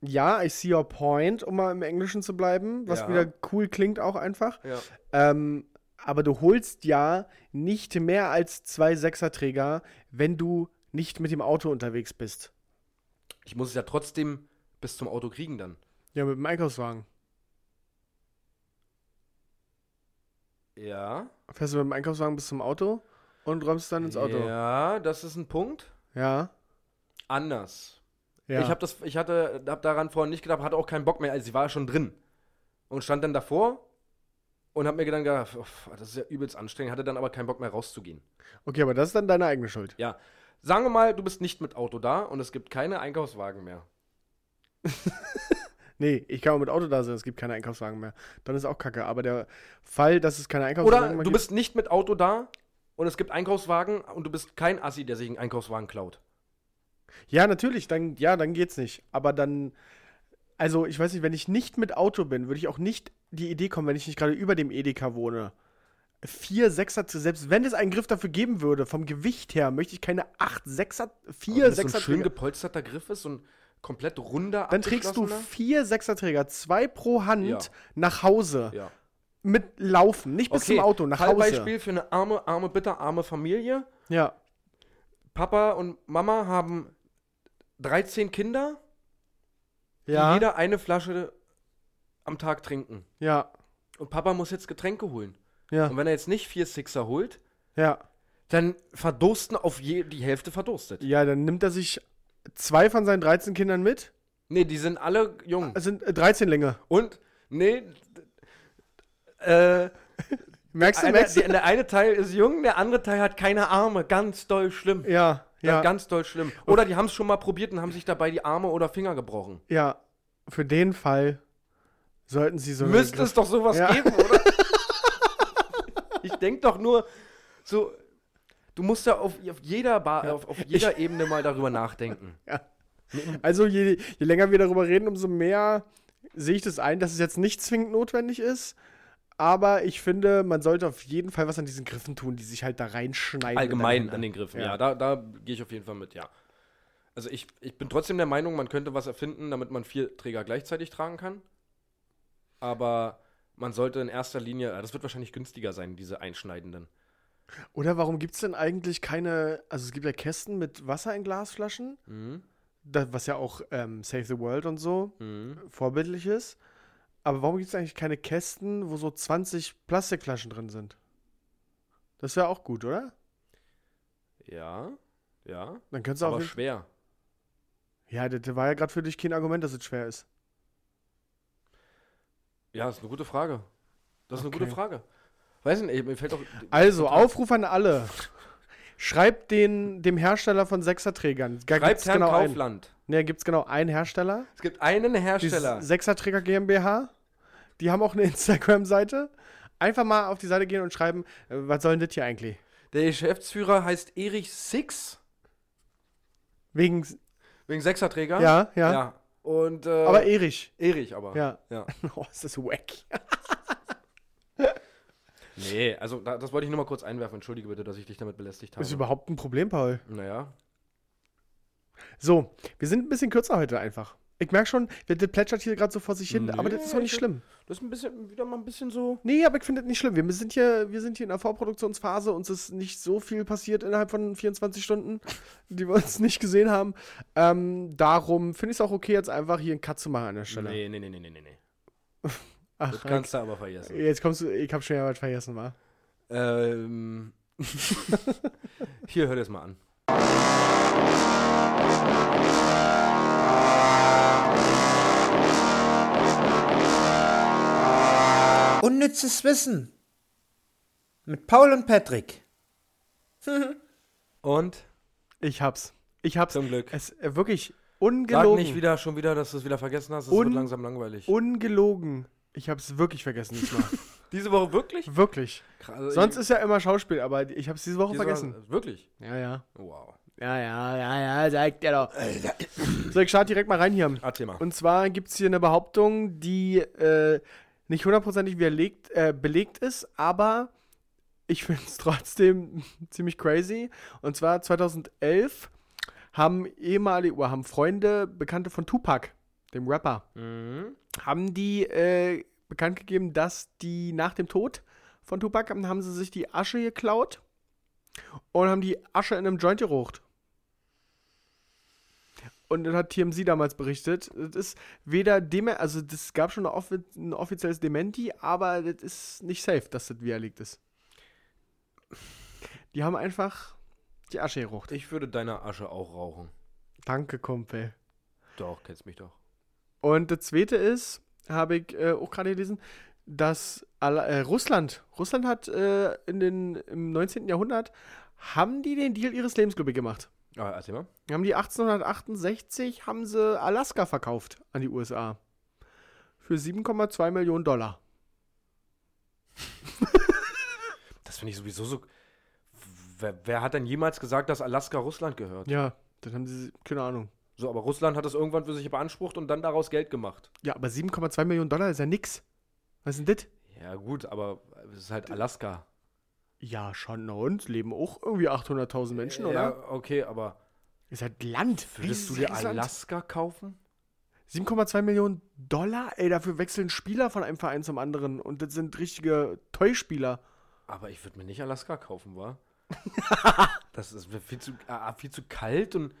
S4: ja, I see your point, um mal im Englischen zu bleiben, was
S3: Ja.
S4: wieder cool klingt auch einfach.
S3: Ja.
S4: Ähm, aber du holst ja nicht mehr als zwei Sechserträger, wenn du nicht mit dem Auto unterwegs bist.
S3: Ich muss es ja trotzdem bis zum Auto kriegen dann.
S4: Ja, mit dem Einkaufswagen.
S3: Ja.
S4: Fährst du mit dem Einkaufswagen bis zum Auto und räumst dann ins Auto.
S3: Ja, das ist ein Punkt.
S4: Ja.
S3: Anders.
S4: ja.
S3: Ich habe das, ich hatte, hab daran vorhin nicht gedacht, hatte auch keinen Bock mehr. Also sie war schon drin und stand dann davor und habe mir dann gedacht, "Uff, das ist ja übelst anstrengend. Hatte dann aber keinen Bock mehr rauszugehen.
S4: Okay, aber das ist dann deine eigene Schuld.
S3: Ja, sagen wir mal, du bist nicht mit Auto da und es gibt keine Einkaufswagen mehr.
S4: Nee, ich kann auch mit Auto da sein, es gibt keine Einkaufswagen mehr. Dann ist auch kacke. Aber der Fall, dass es keine Einkaufswagen
S3: Oder
S4: mehr
S3: du
S4: gibt,
S3: bist nicht mit Auto da und es gibt Einkaufswagen und du bist kein Assi, der sich einen Einkaufswagen klaut.
S4: Ja, natürlich, dann, ja, dann geht's nicht. Aber dann, also ich weiß nicht, wenn ich nicht mit Auto bin, würde ich auch nicht die Idee kommen, wenn ich nicht gerade über dem Edeka wohne. Vier Sechser, zu- selbst wenn es einen Griff dafür geben würde, vom Gewicht her, möchte ich keine acht Sechser,
S3: Wenn
S4: vier
S3: es so ein
S4: Sechser
S3: schön gepolsterter Griff ist, so ein komplett runder,
S4: Dann trägst du
S3: abgeschlossener.
S4: vier Sechserträger, zwei pro Hand
S3: Ja.
S4: nach Hause.
S3: Ja.
S4: Mit Laufen, nicht bis
S3: Okay,
S4: zum Auto, nach Hause.
S3: Fallbeispiel für eine arme, arme, bitterarme Familie.
S4: Ja.
S3: Papa und Mama haben 13 Kinder, die
S4: Ja.
S3: jeder eine Flasche am Tag trinken.
S4: Ja.
S3: Und Papa muss jetzt Getränke holen.
S4: Ja.
S3: Und wenn er jetzt nicht vier Sixer holt,
S4: Ja.
S3: dann verdursten auf je, die Hälfte verdurstet.
S4: Ja, dann nimmt er sich zwei von seinen 13 Kindern mit.
S3: Nee, die sind alle jung.
S4: Es sind äh, 13 Länge.
S3: Und, nee, äh,
S4: Merkst du,
S3: einer,
S4: merkst du?
S3: der, der eine Teil ist jung, der andere Teil hat keine Arme. Ganz doll schlimm.
S4: Ja, ja,
S3: Ganz doll schlimm. Oder die haben es schon mal probiert und haben sich dabei die Arme oder Finger gebrochen.
S4: ja. Für den Fall sollten sie so. eine
S3: Müsste
S4: Griff-
S3: es doch sowas
S4: Ja.
S3: geben, oder? *laughs* ich denke doch nur, so, du musst ja auf, auf jeder, Bar, auf, auf jeder Ebene mal darüber
S4: *laughs*
S3: nachdenken.
S4: Also je, je länger wir darüber reden, umso mehr sehe ich das ein, dass es jetzt nicht zwingend notwendig ist. Aber ich finde, man sollte auf jeden Fall was an diesen Griffen tun, die sich halt da reinschneiden.
S3: Allgemein
S4: miteinander.
S3: an den Griffen,
S4: Ja.
S3: ja. da, da gehe ich auf jeden Fall mit, ja. Also ich, ich bin trotzdem der Meinung, man könnte was erfinden, damit man vier Träger gleichzeitig tragen kann. Aber man sollte in erster Linie, ja, das wird wahrscheinlich günstiger sein, diese einschneidenden.
S4: Oder warum gibt es denn eigentlich keine. Also es gibt ja Kästen mit Wasser in Glasflaschen,
S3: Mhm.
S4: da, was ja auch ähm, Save the World und so
S3: Mhm.
S4: vorbildlich ist. Aber warum gibt es eigentlich keine Kästen, wo so 20 Plastikflaschen drin sind? Das wäre auch gut, oder?
S3: Ja, ja.
S4: Dann könntest du auch.
S3: Aber schwer.
S4: Ja, das war ja gerade für dich kein Argument, dass es schwer ist.
S3: Ja, ist eine gute Frage. Das ist eine
S4: Okay.
S3: gute Frage. Weiß nicht, ey, mir fällt auch.
S4: Also, Aufruf an alle. Schreibt den, dem Hersteller von Sechserträgern. Da
S3: Schreibt Herrn
S4: genau einen.
S3: Kaufland.
S4: Ne, gibt es genau einen Hersteller.
S3: Es gibt einen
S4: Die
S3: Hersteller.
S4: Sechserträger GmbH. Die haben auch eine *laughs* Instagram-Seite. Einfach mal auf die Seite gehen und schreiben, äh, was soll denn das hier eigentlich?
S3: Der Geschäftsführer heißt Erich Six,
S4: Wegen.
S3: wegen Sechserträger.
S4: Ja, ja.
S3: Und, äh,
S4: Aber Erich.
S3: Erich aber.
S4: Ja.
S3: ja.
S4: Oh, ist das wack.
S3: Nee, also da, das wollte ich nur mal kurz einwerfen. Entschuldige bitte, dass ich dich damit belästigt habe.
S4: Ist überhaupt ein Problem, Paul.
S3: naja.
S4: So, wir sind ein bisschen kürzer heute einfach. Ich merke schon, das plätschert hier gerade so vor sich hin, aber das ist doch nicht
S3: ich-
S4: schlimm.
S3: Das ist ein bisschen, wieder mal ein bisschen so.
S4: Nee, aber ich finde das nicht schlimm. Wir sind hier, wir sind hier in der Vorproduktionsphase. Uns ist nicht so viel passiert innerhalb von 24 Stunden, die wir uns nicht gesehen haben. Ähm, darum finde ich es auch okay, jetzt einfach hier einen Cut zu machen an der Stelle.
S3: Nee, nee, nee, nee, nee, nee. Das
S4: Ach,
S3: kannst du aber vergessen.
S4: jetzt kommst du, ich habe schon ja was vergessen, wa?
S3: Ähm. *laughs* Hier, hör dir das mal an.
S5: Unnützes Wissen. Mit Paul und Patrick.
S3: Und?
S4: Ich hab's. Ich hab's.
S3: Zum Glück.
S4: Es, äh, wirklich
S3: Sag
S4: ungelogen.
S3: nicht wieder, schon wieder, dass du es wieder vergessen hast. Es
S4: Un-
S3: wird langsam langweilig.
S4: Ungelogen. Ich hab's wirklich vergessen diesmal.
S3: Diese Woche wirklich?
S4: wirklich.
S3: Krass, also
S4: Sonst ist ja immer Schauspiel, aber ich hab's diese Woche vergessen.
S3: Wirklich?
S4: Ja, ja.
S3: Wow.
S4: Ja, ja, ja, ja, sagt er doch. So, ich starte direkt mal rein hier.
S3: Erzähl mal.
S4: Und zwar gibt es hier eine Behauptung, die äh, nicht hundertprozentig widerlegt, äh, belegt ist, aber ich *laughs* finde es trotzdem ziemlich crazy. Und zwar 2011 haben ehemalige, oder haben Freunde, Bekannte von Tupac, dem Rapper,
S3: Mhm.
S4: haben die äh, bekannt gegeben, dass die nach dem Tod von Tupac haben, haben sie sich die Asche geklaut und haben die Asche in einem Joint gerucht. Und das hat TMZ damals berichtet. Das ist weder dem, also das gab schon eine offi ein offizielles Dementi, aber das ist nicht safe, dass das widerlegt ist. Die haben einfach die Asche gerucht.
S3: Ich würde deine Asche auch rauchen.
S4: Danke, Kumpel.
S3: Doch, kennst mich doch.
S4: Und das zweite ist, habe ich äh, auch gerade gelesen, dass alle, äh, Russland, Russland hat äh, in den, im 19. Jahrhundert, haben die den Deal ihres Lebens, glaube ich, gemacht.
S3: Ah, erzähl mal.
S4: Haben die 1868, haben sie Alaska verkauft an die USA. Für 7,2 Millionen Dollar.
S3: Das finde ich sowieso so. Wer, wer hat denn jemals gesagt, dass Alaska Russland gehört?
S4: Ja, dann haben sie, keine Ahnung.
S3: So, aber Russland hat das irgendwann für sich beansprucht und dann daraus Geld gemacht.
S4: Ja, aber 7,2 Millionen Dollar ist ja nix. Was ist denn das?
S3: Ja, gut, aber es ist halt Alaska.
S4: Ja, schon, na und? Leben auch irgendwie 800.000 Menschen, oder?
S3: Ja, okay, aber
S4: Ist halt Land.
S3: würdest du dir
S4: riesiges Land.
S3: Alaska kaufen?
S4: 7,2 Millionen Dollar, ey, dafür wechseln Spieler von einem Verein zum anderen und das sind richtige Toy-Spieler.
S3: Aber ich würde mir nicht Alaska kaufen,
S4: *laughs*
S3: wa? das ist mir viel zu, ah, viel zu kalt und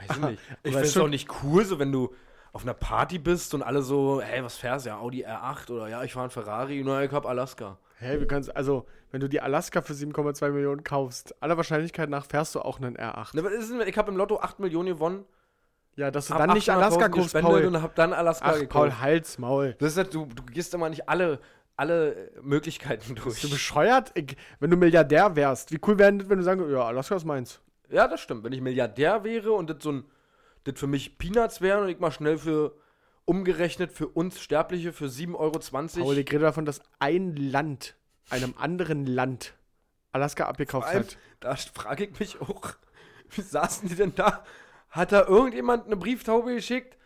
S3: weiß ich nicht. Ich
S4: aber
S3: finde
S4: ist
S3: es
S4: schon-
S3: auch nicht cool, so wenn du auf einer Party bist und alle so, hey, was fährst du? Ja, Audi R8 oder ja, ich fahre einen Ferrari, nur ich hab Alaska.
S4: Hey, wir können also, wenn du die Alaska für 7,2 Millionen kaufst, aller Wahrscheinlichkeit nach fährst du auch einen R8.
S3: Ne, was ist denn, ich habe im Lotto 8 Millionen gewonnen,
S4: Ja, dass du
S3: hab
S4: dann nicht
S3: 800.000
S4: Alaska kaufst,
S3: gespendet
S4: Paul.
S3: und hab dann Alaska
S4: Ach,
S3: gekauft.
S4: Paul, halt's Maul.
S3: Das ist halt, du, du gehst immer nicht alle, alle äh, Möglichkeiten durch.
S4: Bist du bescheuert? Ich, wenn du Milliardär wärst, wie cool wäre das, wenn du sagen würdest, ja, Alaska ist meins.
S3: ja, das stimmt. Wenn ich Milliardär wäre und das so ein, das für mich Peanuts wäre und ich mal schnell für, umgerechnet für uns Sterbliche für 7,20 Euro.
S4: Paul, ich rede davon, dass ein Land einem anderen Land Alaska abgekauft
S3: Vor allem,
S4: hat.
S3: Da frage ich mich auch, *laughs* wie saßen die denn da? Hat da irgendjemand eine Brieftaube geschickt?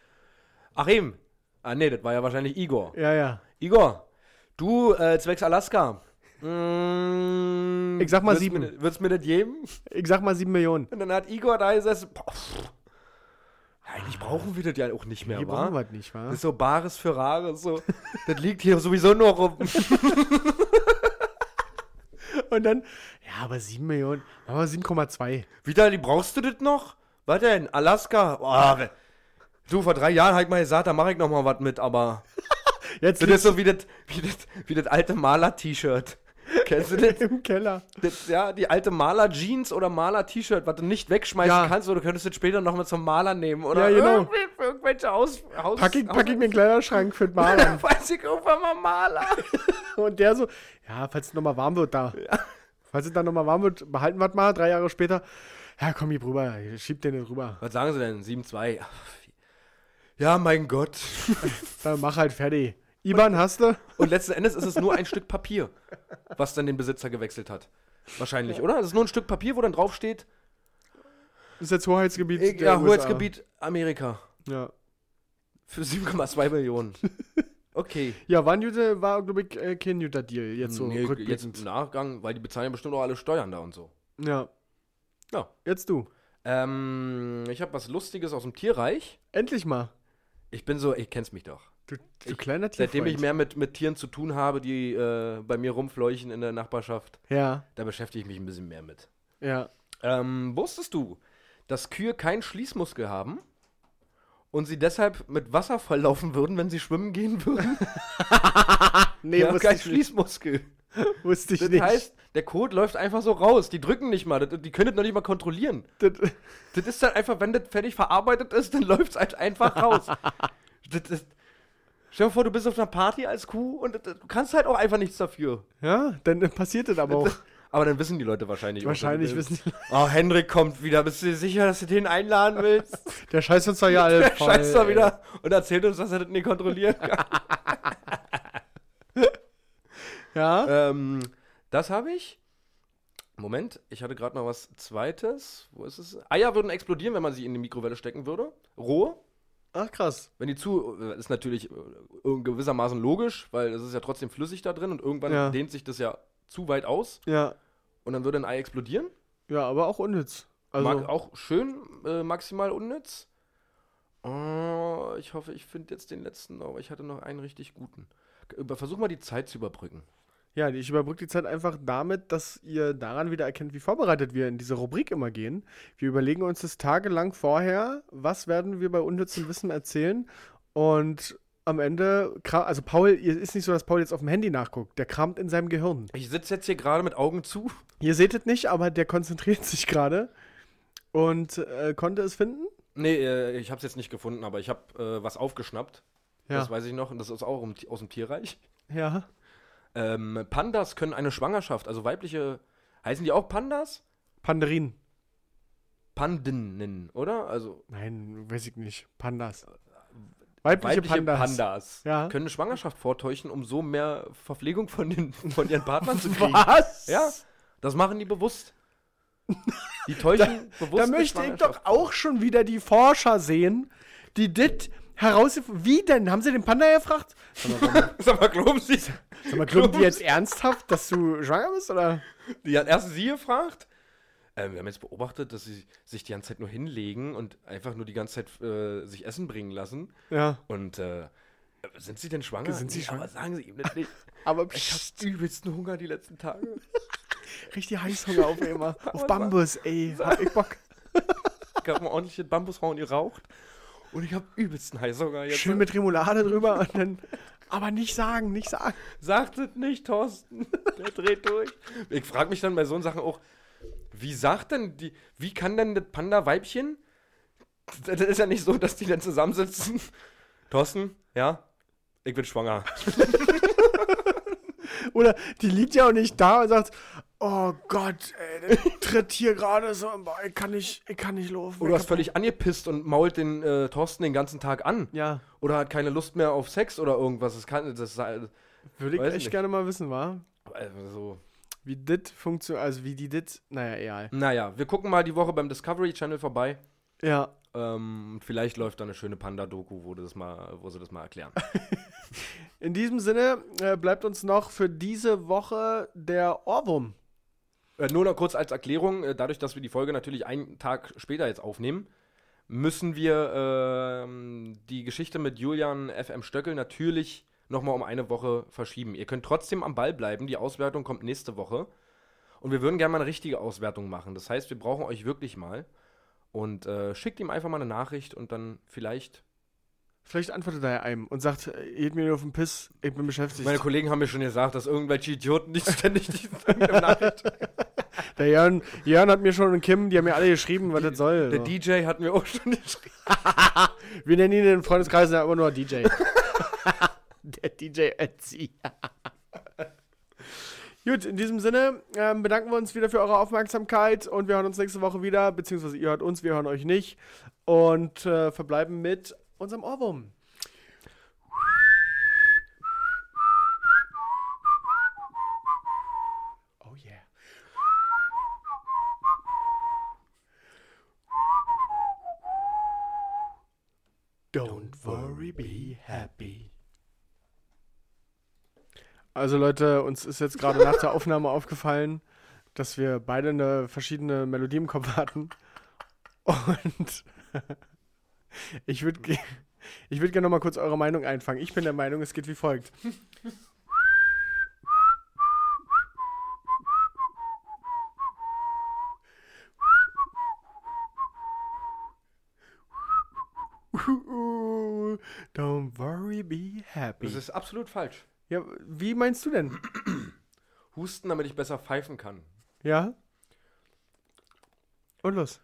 S3: Ach eben. Ah nee, das war ja wahrscheinlich Igor.
S4: Ja, ja.
S3: Igor, du äh, zwecks Alaska. Mm,
S4: Ich sag mal
S3: würdest
S4: sieben.
S3: Mir, würdest mir das geben? *laughs*
S4: Ich sag mal 7 Millionen.
S3: Und dann hat Igor da gesessen. Boah, pff. Eigentlich brauchen wir das ja auch nicht mehr,
S4: Hier
S3: wa?
S4: brauchen wir das nicht, wa?
S3: Das ist so Bares für Rares. So. das liegt hier sowieso nur rum.
S4: Und dann, ja, aber 7 Millionen, aber 7,2.
S3: Vitali, brauchst du das noch? Was denn? Alaska? Boah, we- du, vor drei Jahren hab ich mal gesagt, da mache ich noch mal was mit, aber
S4: Jetzt
S3: das
S4: liegt
S3: ist so wie das, wie das, wie das alte Maler-T-Shirt. Kennst du das?
S4: *laughs* im Keller.
S3: das? Ja, die alte Maler-Jeans oder Maler-T-Shirt, was du nicht wegschmeißen
S4: Ja.
S3: kannst, oder du könntest das später noch mal zum Maler nehmen, oder?
S4: Ja, genau.
S3: Irgendwie für irgendwelche Haus... Haus
S4: Pack ich,
S3: Haus-
S4: pack ich mir einen Kleiderschrank für den
S3: *laughs*
S4: Maler. *laughs*
S3: Weiß ich irgendwann mal Maler.
S4: Und der so, ja, falls es nochmal warm wird da. Falls es dann nochmal warm wird, behalten wir es mal. Drei Jahre später, ja, komm hier rüber, schieb den hier rüber.
S3: Was sagen sie denn? 7-2. Ja, mein Gott.
S4: Dann mach halt fertig. IBAN hast du?
S3: Und letzten Endes ist es nur ein Stück Papier, was dann den Besitzer gewechselt hat. Wahrscheinlich, oder? Es ist nur ein Stück Papier, wo dann draufsteht,
S4: Ist jetzt Äh, Hoheitsgebiet.
S3: steht,
S4: der
S3: ja,
S4: USA.
S3: Hoheitsgebiet Amerika
S4: Ja.
S3: für 7,2 Millionen. Okay.
S4: ja, war, ein guter- war glaube ich, äh, kein guter Deal. *laughs* Jetzt so
S3: nee, jetzt im
S4: rückblickend.
S3: Nachgang, weil die bezahlen ja bestimmt auch alle Steuern da und so.
S4: Ja.
S3: Ja.
S4: Jetzt du.
S3: Ähm, ich habe was Lustiges aus dem Tierreich.
S4: Endlich mal.
S3: Ich bin so, ich kenn's mich doch.
S4: Du, du kleiner Tierfreund.
S3: Seitdem ich mehr mit, mit Tieren zu tun habe, die äh, bei mir rumfleuchen in der Nachbarschaft,
S4: Ja,
S3: da beschäftige ich mich ein bisschen mehr mit.
S4: ja.
S3: Ähm, wusstest du, dass Kühe keinen Schließmuskel haben und sie deshalb mit Wasser volllaufen würden, wenn sie schwimmen gehen
S4: *laughs*
S3: würden?
S4: Nee,
S3: die haben
S4: wusste,
S3: keinen
S4: ich nicht,
S3: Schließmuskel.
S4: wusste ich
S3: Das
S4: nicht.
S3: heißt, der Kot läuft einfach so raus. Die drücken nicht mal. Das, die können das noch nicht mal kontrollieren.
S4: das,
S3: Das ist dann einfach, wenn das fertig verarbeitet ist, dann *laughs* läuft es halt einfach raus. das, das, stell dir vor, du bist auf einer Party als Kuh und das, das- du kannst halt auch einfach nichts dafür.
S4: ja, dann passiert das aber auch.
S3: Aber dann wissen die Leute wahrscheinlich. auch,
S4: Wahrscheinlich
S3: dass-
S4: wissen die
S3: Oh, Henrik kommt wieder. Bist du dir sicher, dass du den einladen
S4: *laughs*
S3: willst?
S4: Der scheißt uns doch ja alle
S3: *laughs* Der
S4: voll,
S3: scheißt da
S4: ey.
S3: wieder und erzählt uns, dass er das nicht *laughs* kontrollieren kann.
S4: Ja?
S3: ähm, das habe ich. Moment, ich hatte gerade noch was Zweites. Wo ist es? Eier würden explodieren, wenn man sie in die Mikrowelle stecken würde. Rohe.
S4: Ach, krass.
S3: Wenn die zu, ist natürlich äh, in gewissermaßen logisch, weil es ist ja trotzdem flüssig da drin und irgendwann
S4: Ja.
S3: dehnt sich das ja zu weit aus
S4: Ja.
S3: und dann würde ein Ei explodieren.
S4: Ja, aber auch unnütz. Also,
S3: Mag auch schön, äh, maximal unnütz. Oh, ich hoffe, ich finde jetzt den letzten noch, aber ich hatte noch einen richtig guten. Über- Versuch mal die Zeit zu überbrücken.
S4: ja, ich überbrücke die Zeit einfach damit, dass ihr daran wieder erkennt, wie vorbereitet wir in diese Rubrik immer gehen. Wir überlegen uns das tagelang vorher, was werden wir bei unnützem Wissen erzählen und am Ende, kra- also Paul, ihr- ist nicht so, dass Paul jetzt auf dem Handy nachguckt, der kramt in seinem Gehirn.
S3: Ich sitze jetzt hier gerade mit Augen zu.
S4: Ihr seht es nicht, aber der konzentriert *laughs* sich gerade und äh, konnte es finden.
S3: Nee, äh, ich habe es jetzt nicht gefunden, aber ich habe äh, was aufgeschnappt. Das weiß ich noch und das ist auch im, Ti- aus dem Tierreich.
S4: ja.
S3: Ähm, Pandas können eine Schwangerschaft, also weibliche, heißen die auch Pandas?
S4: Panderin.
S3: Pandinnen, oder? Also
S4: Nein, weiß ich nicht. Pandas. Weibliche, Pandas. Ja.
S3: können eine Schwangerschaft vortäuschen, um so mehr Verpflegung von, den, von ihren
S4: *laughs*
S3: Partnern zu kriegen.
S4: Was?
S3: Ja, das machen die bewusst. Die täuschen bewusst.
S4: *laughs* Da
S3: eine
S4: möchte ich
S3: Schwangerschaft *laughs*
S4: doch auch schon wieder die Forscher sehen, die dit herausgefunden. Wie denn? Haben sie den Panda gefragt?
S3: vor. Sag mal, glauben Sie,
S4: Sag mal, glauben die jetzt ernsthaft, dass du schwanger bist? Oder?
S3: die hat erst sie gefragt. Äh, wir haben jetzt beobachtet, dass sie sich die ganze Zeit nur hinlegen und einfach nur die ganze Zeit äh, sich Essen bringen lassen.
S4: Ja.
S3: Und äh, sind sie denn schwanger?
S4: Sind sie
S3: Nee,
S4: schwanger?
S3: Aber sagen sie ihm das nicht.
S4: *laughs* Aber
S3: Ich
S4: psch,
S3: hab übelsten Hunger die letzten Tage.
S4: richtig Heißhunger auf immer. Auf Bambus, ey. Hab ich Bock.
S3: Ich hab mal ordentliche Bambusrauen geraucht. Und ich hab übelsten Heißhunger jetzt.
S4: Schön mit Remoulade drüber und dann. Aber nicht sagen, nicht sagen.
S3: Sagt es nicht, Thorsten. *laughs* Der dreht durch. Ich frage mich dann bei so Sachen auch, wie sagt denn die, wie kann denn das Panda-Weibchen? Das ist ja nicht so, dass die dann zusammensitzen. Thorsten, ja, ich bin schwanger.
S4: Oder die liegt ja auch nicht da und sagt, oh Gott, ey, *laughs* der tritt hier gerade so, boah, ich kann nicht, ich kann nicht laufen.
S3: Oder ist völlig angepisst und mault den äh, Thorsten den ganzen Tag an.
S4: Ja,
S3: Oder hat keine Lust mehr auf Sex oder irgendwas. Das kann, das sei-
S4: würde ich
S3: Weiß
S4: echt
S3: nicht.
S4: gerne mal wissen, wa?
S3: also so.
S4: Wie dit funktioniert, also wie die dit, naja, egal.
S3: Naja, wir gucken mal die Woche beim Discovery Channel vorbei.
S4: Ja,
S3: Ähm, vielleicht läuft da eine schöne Panda-Doku, wo, das mal- wo sie das mal erklären.
S4: in diesem Sinne äh, bleibt uns noch für diese Woche der Ohrwurm.
S3: Äh, nur noch kurz als Erklärung, äh, dadurch, dass wir die Folge natürlich einen Tag später jetzt aufnehmen, müssen wir ähm, die Geschichte mit Julian FM Stöckel natürlich nochmal um eine Woche verschieben. Ihr könnt trotzdem am Ball bleiben, die Auswertung kommt nächste Woche. Und wir würden gerne mal eine richtige Auswertung machen. Das heißt, wir brauchen euch wirklich mal. Und äh, schickt ihm einfach mal eine Nachricht und dann vielleicht.
S4: Vielleicht antwortet er einem und sagt, äh, geht mir nur auf den Piss, ich bin beschäftigt.
S3: Meine Kollegen haben mir schon gesagt, dass irgendwelche Idioten nicht ständig die *laughs* irgendeine Nachricht.
S4: der Jörn, Jörn hat mir schon und Kim, die haben mir alle geschrieben, was das soll.
S3: Der
S4: so.
S3: DJ hat mir auch schon geschrieben.
S4: Wir nennen ihn in den Freundeskreisen ja immer nur DJ. *laughs* Der DJ Ötzi. *laughs* Gut, in diesem Sinne ähm, bedanken wir uns wieder für eure Aufmerksamkeit und wir hören uns nächste Woche wieder, beziehungsweise ihr hört uns, wir hören euch nicht und äh, verbleiben mit unserem Ohrwurm. Oh yeah. Don't worry, be happy. Also Leute, uns ist jetzt gerade nach der Aufnahme aufgefallen, dass wir beide eine verschiedene Melodie im Kopf hatten. Und *laughs* ich würde Ich würde gerne noch mal kurz eure Meinung einfangen. Ich bin der Meinung, es geht wie folgt. *laughs* Don't worry, be happy.
S3: Das ist absolut falsch.
S4: Ja, wie meinst du denn?
S3: Husten, damit ich besser pfeifen kann.
S4: Ja? Und los.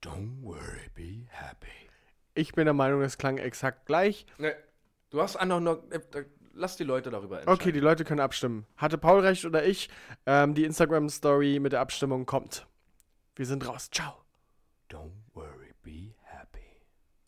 S2: Don't worry, be happy.
S4: Ich bin der Meinung, es klang exakt gleich.
S3: Nee. Du hast einfach noch. äh, äh, Lass die Leute darüber entscheiden.
S4: Okay, die Leute können abstimmen. Hatte Paul recht oder ich? Ähm, die Instagram-Story mit der Abstimmung kommt. Wir sind raus. Ciao.
S2: Don't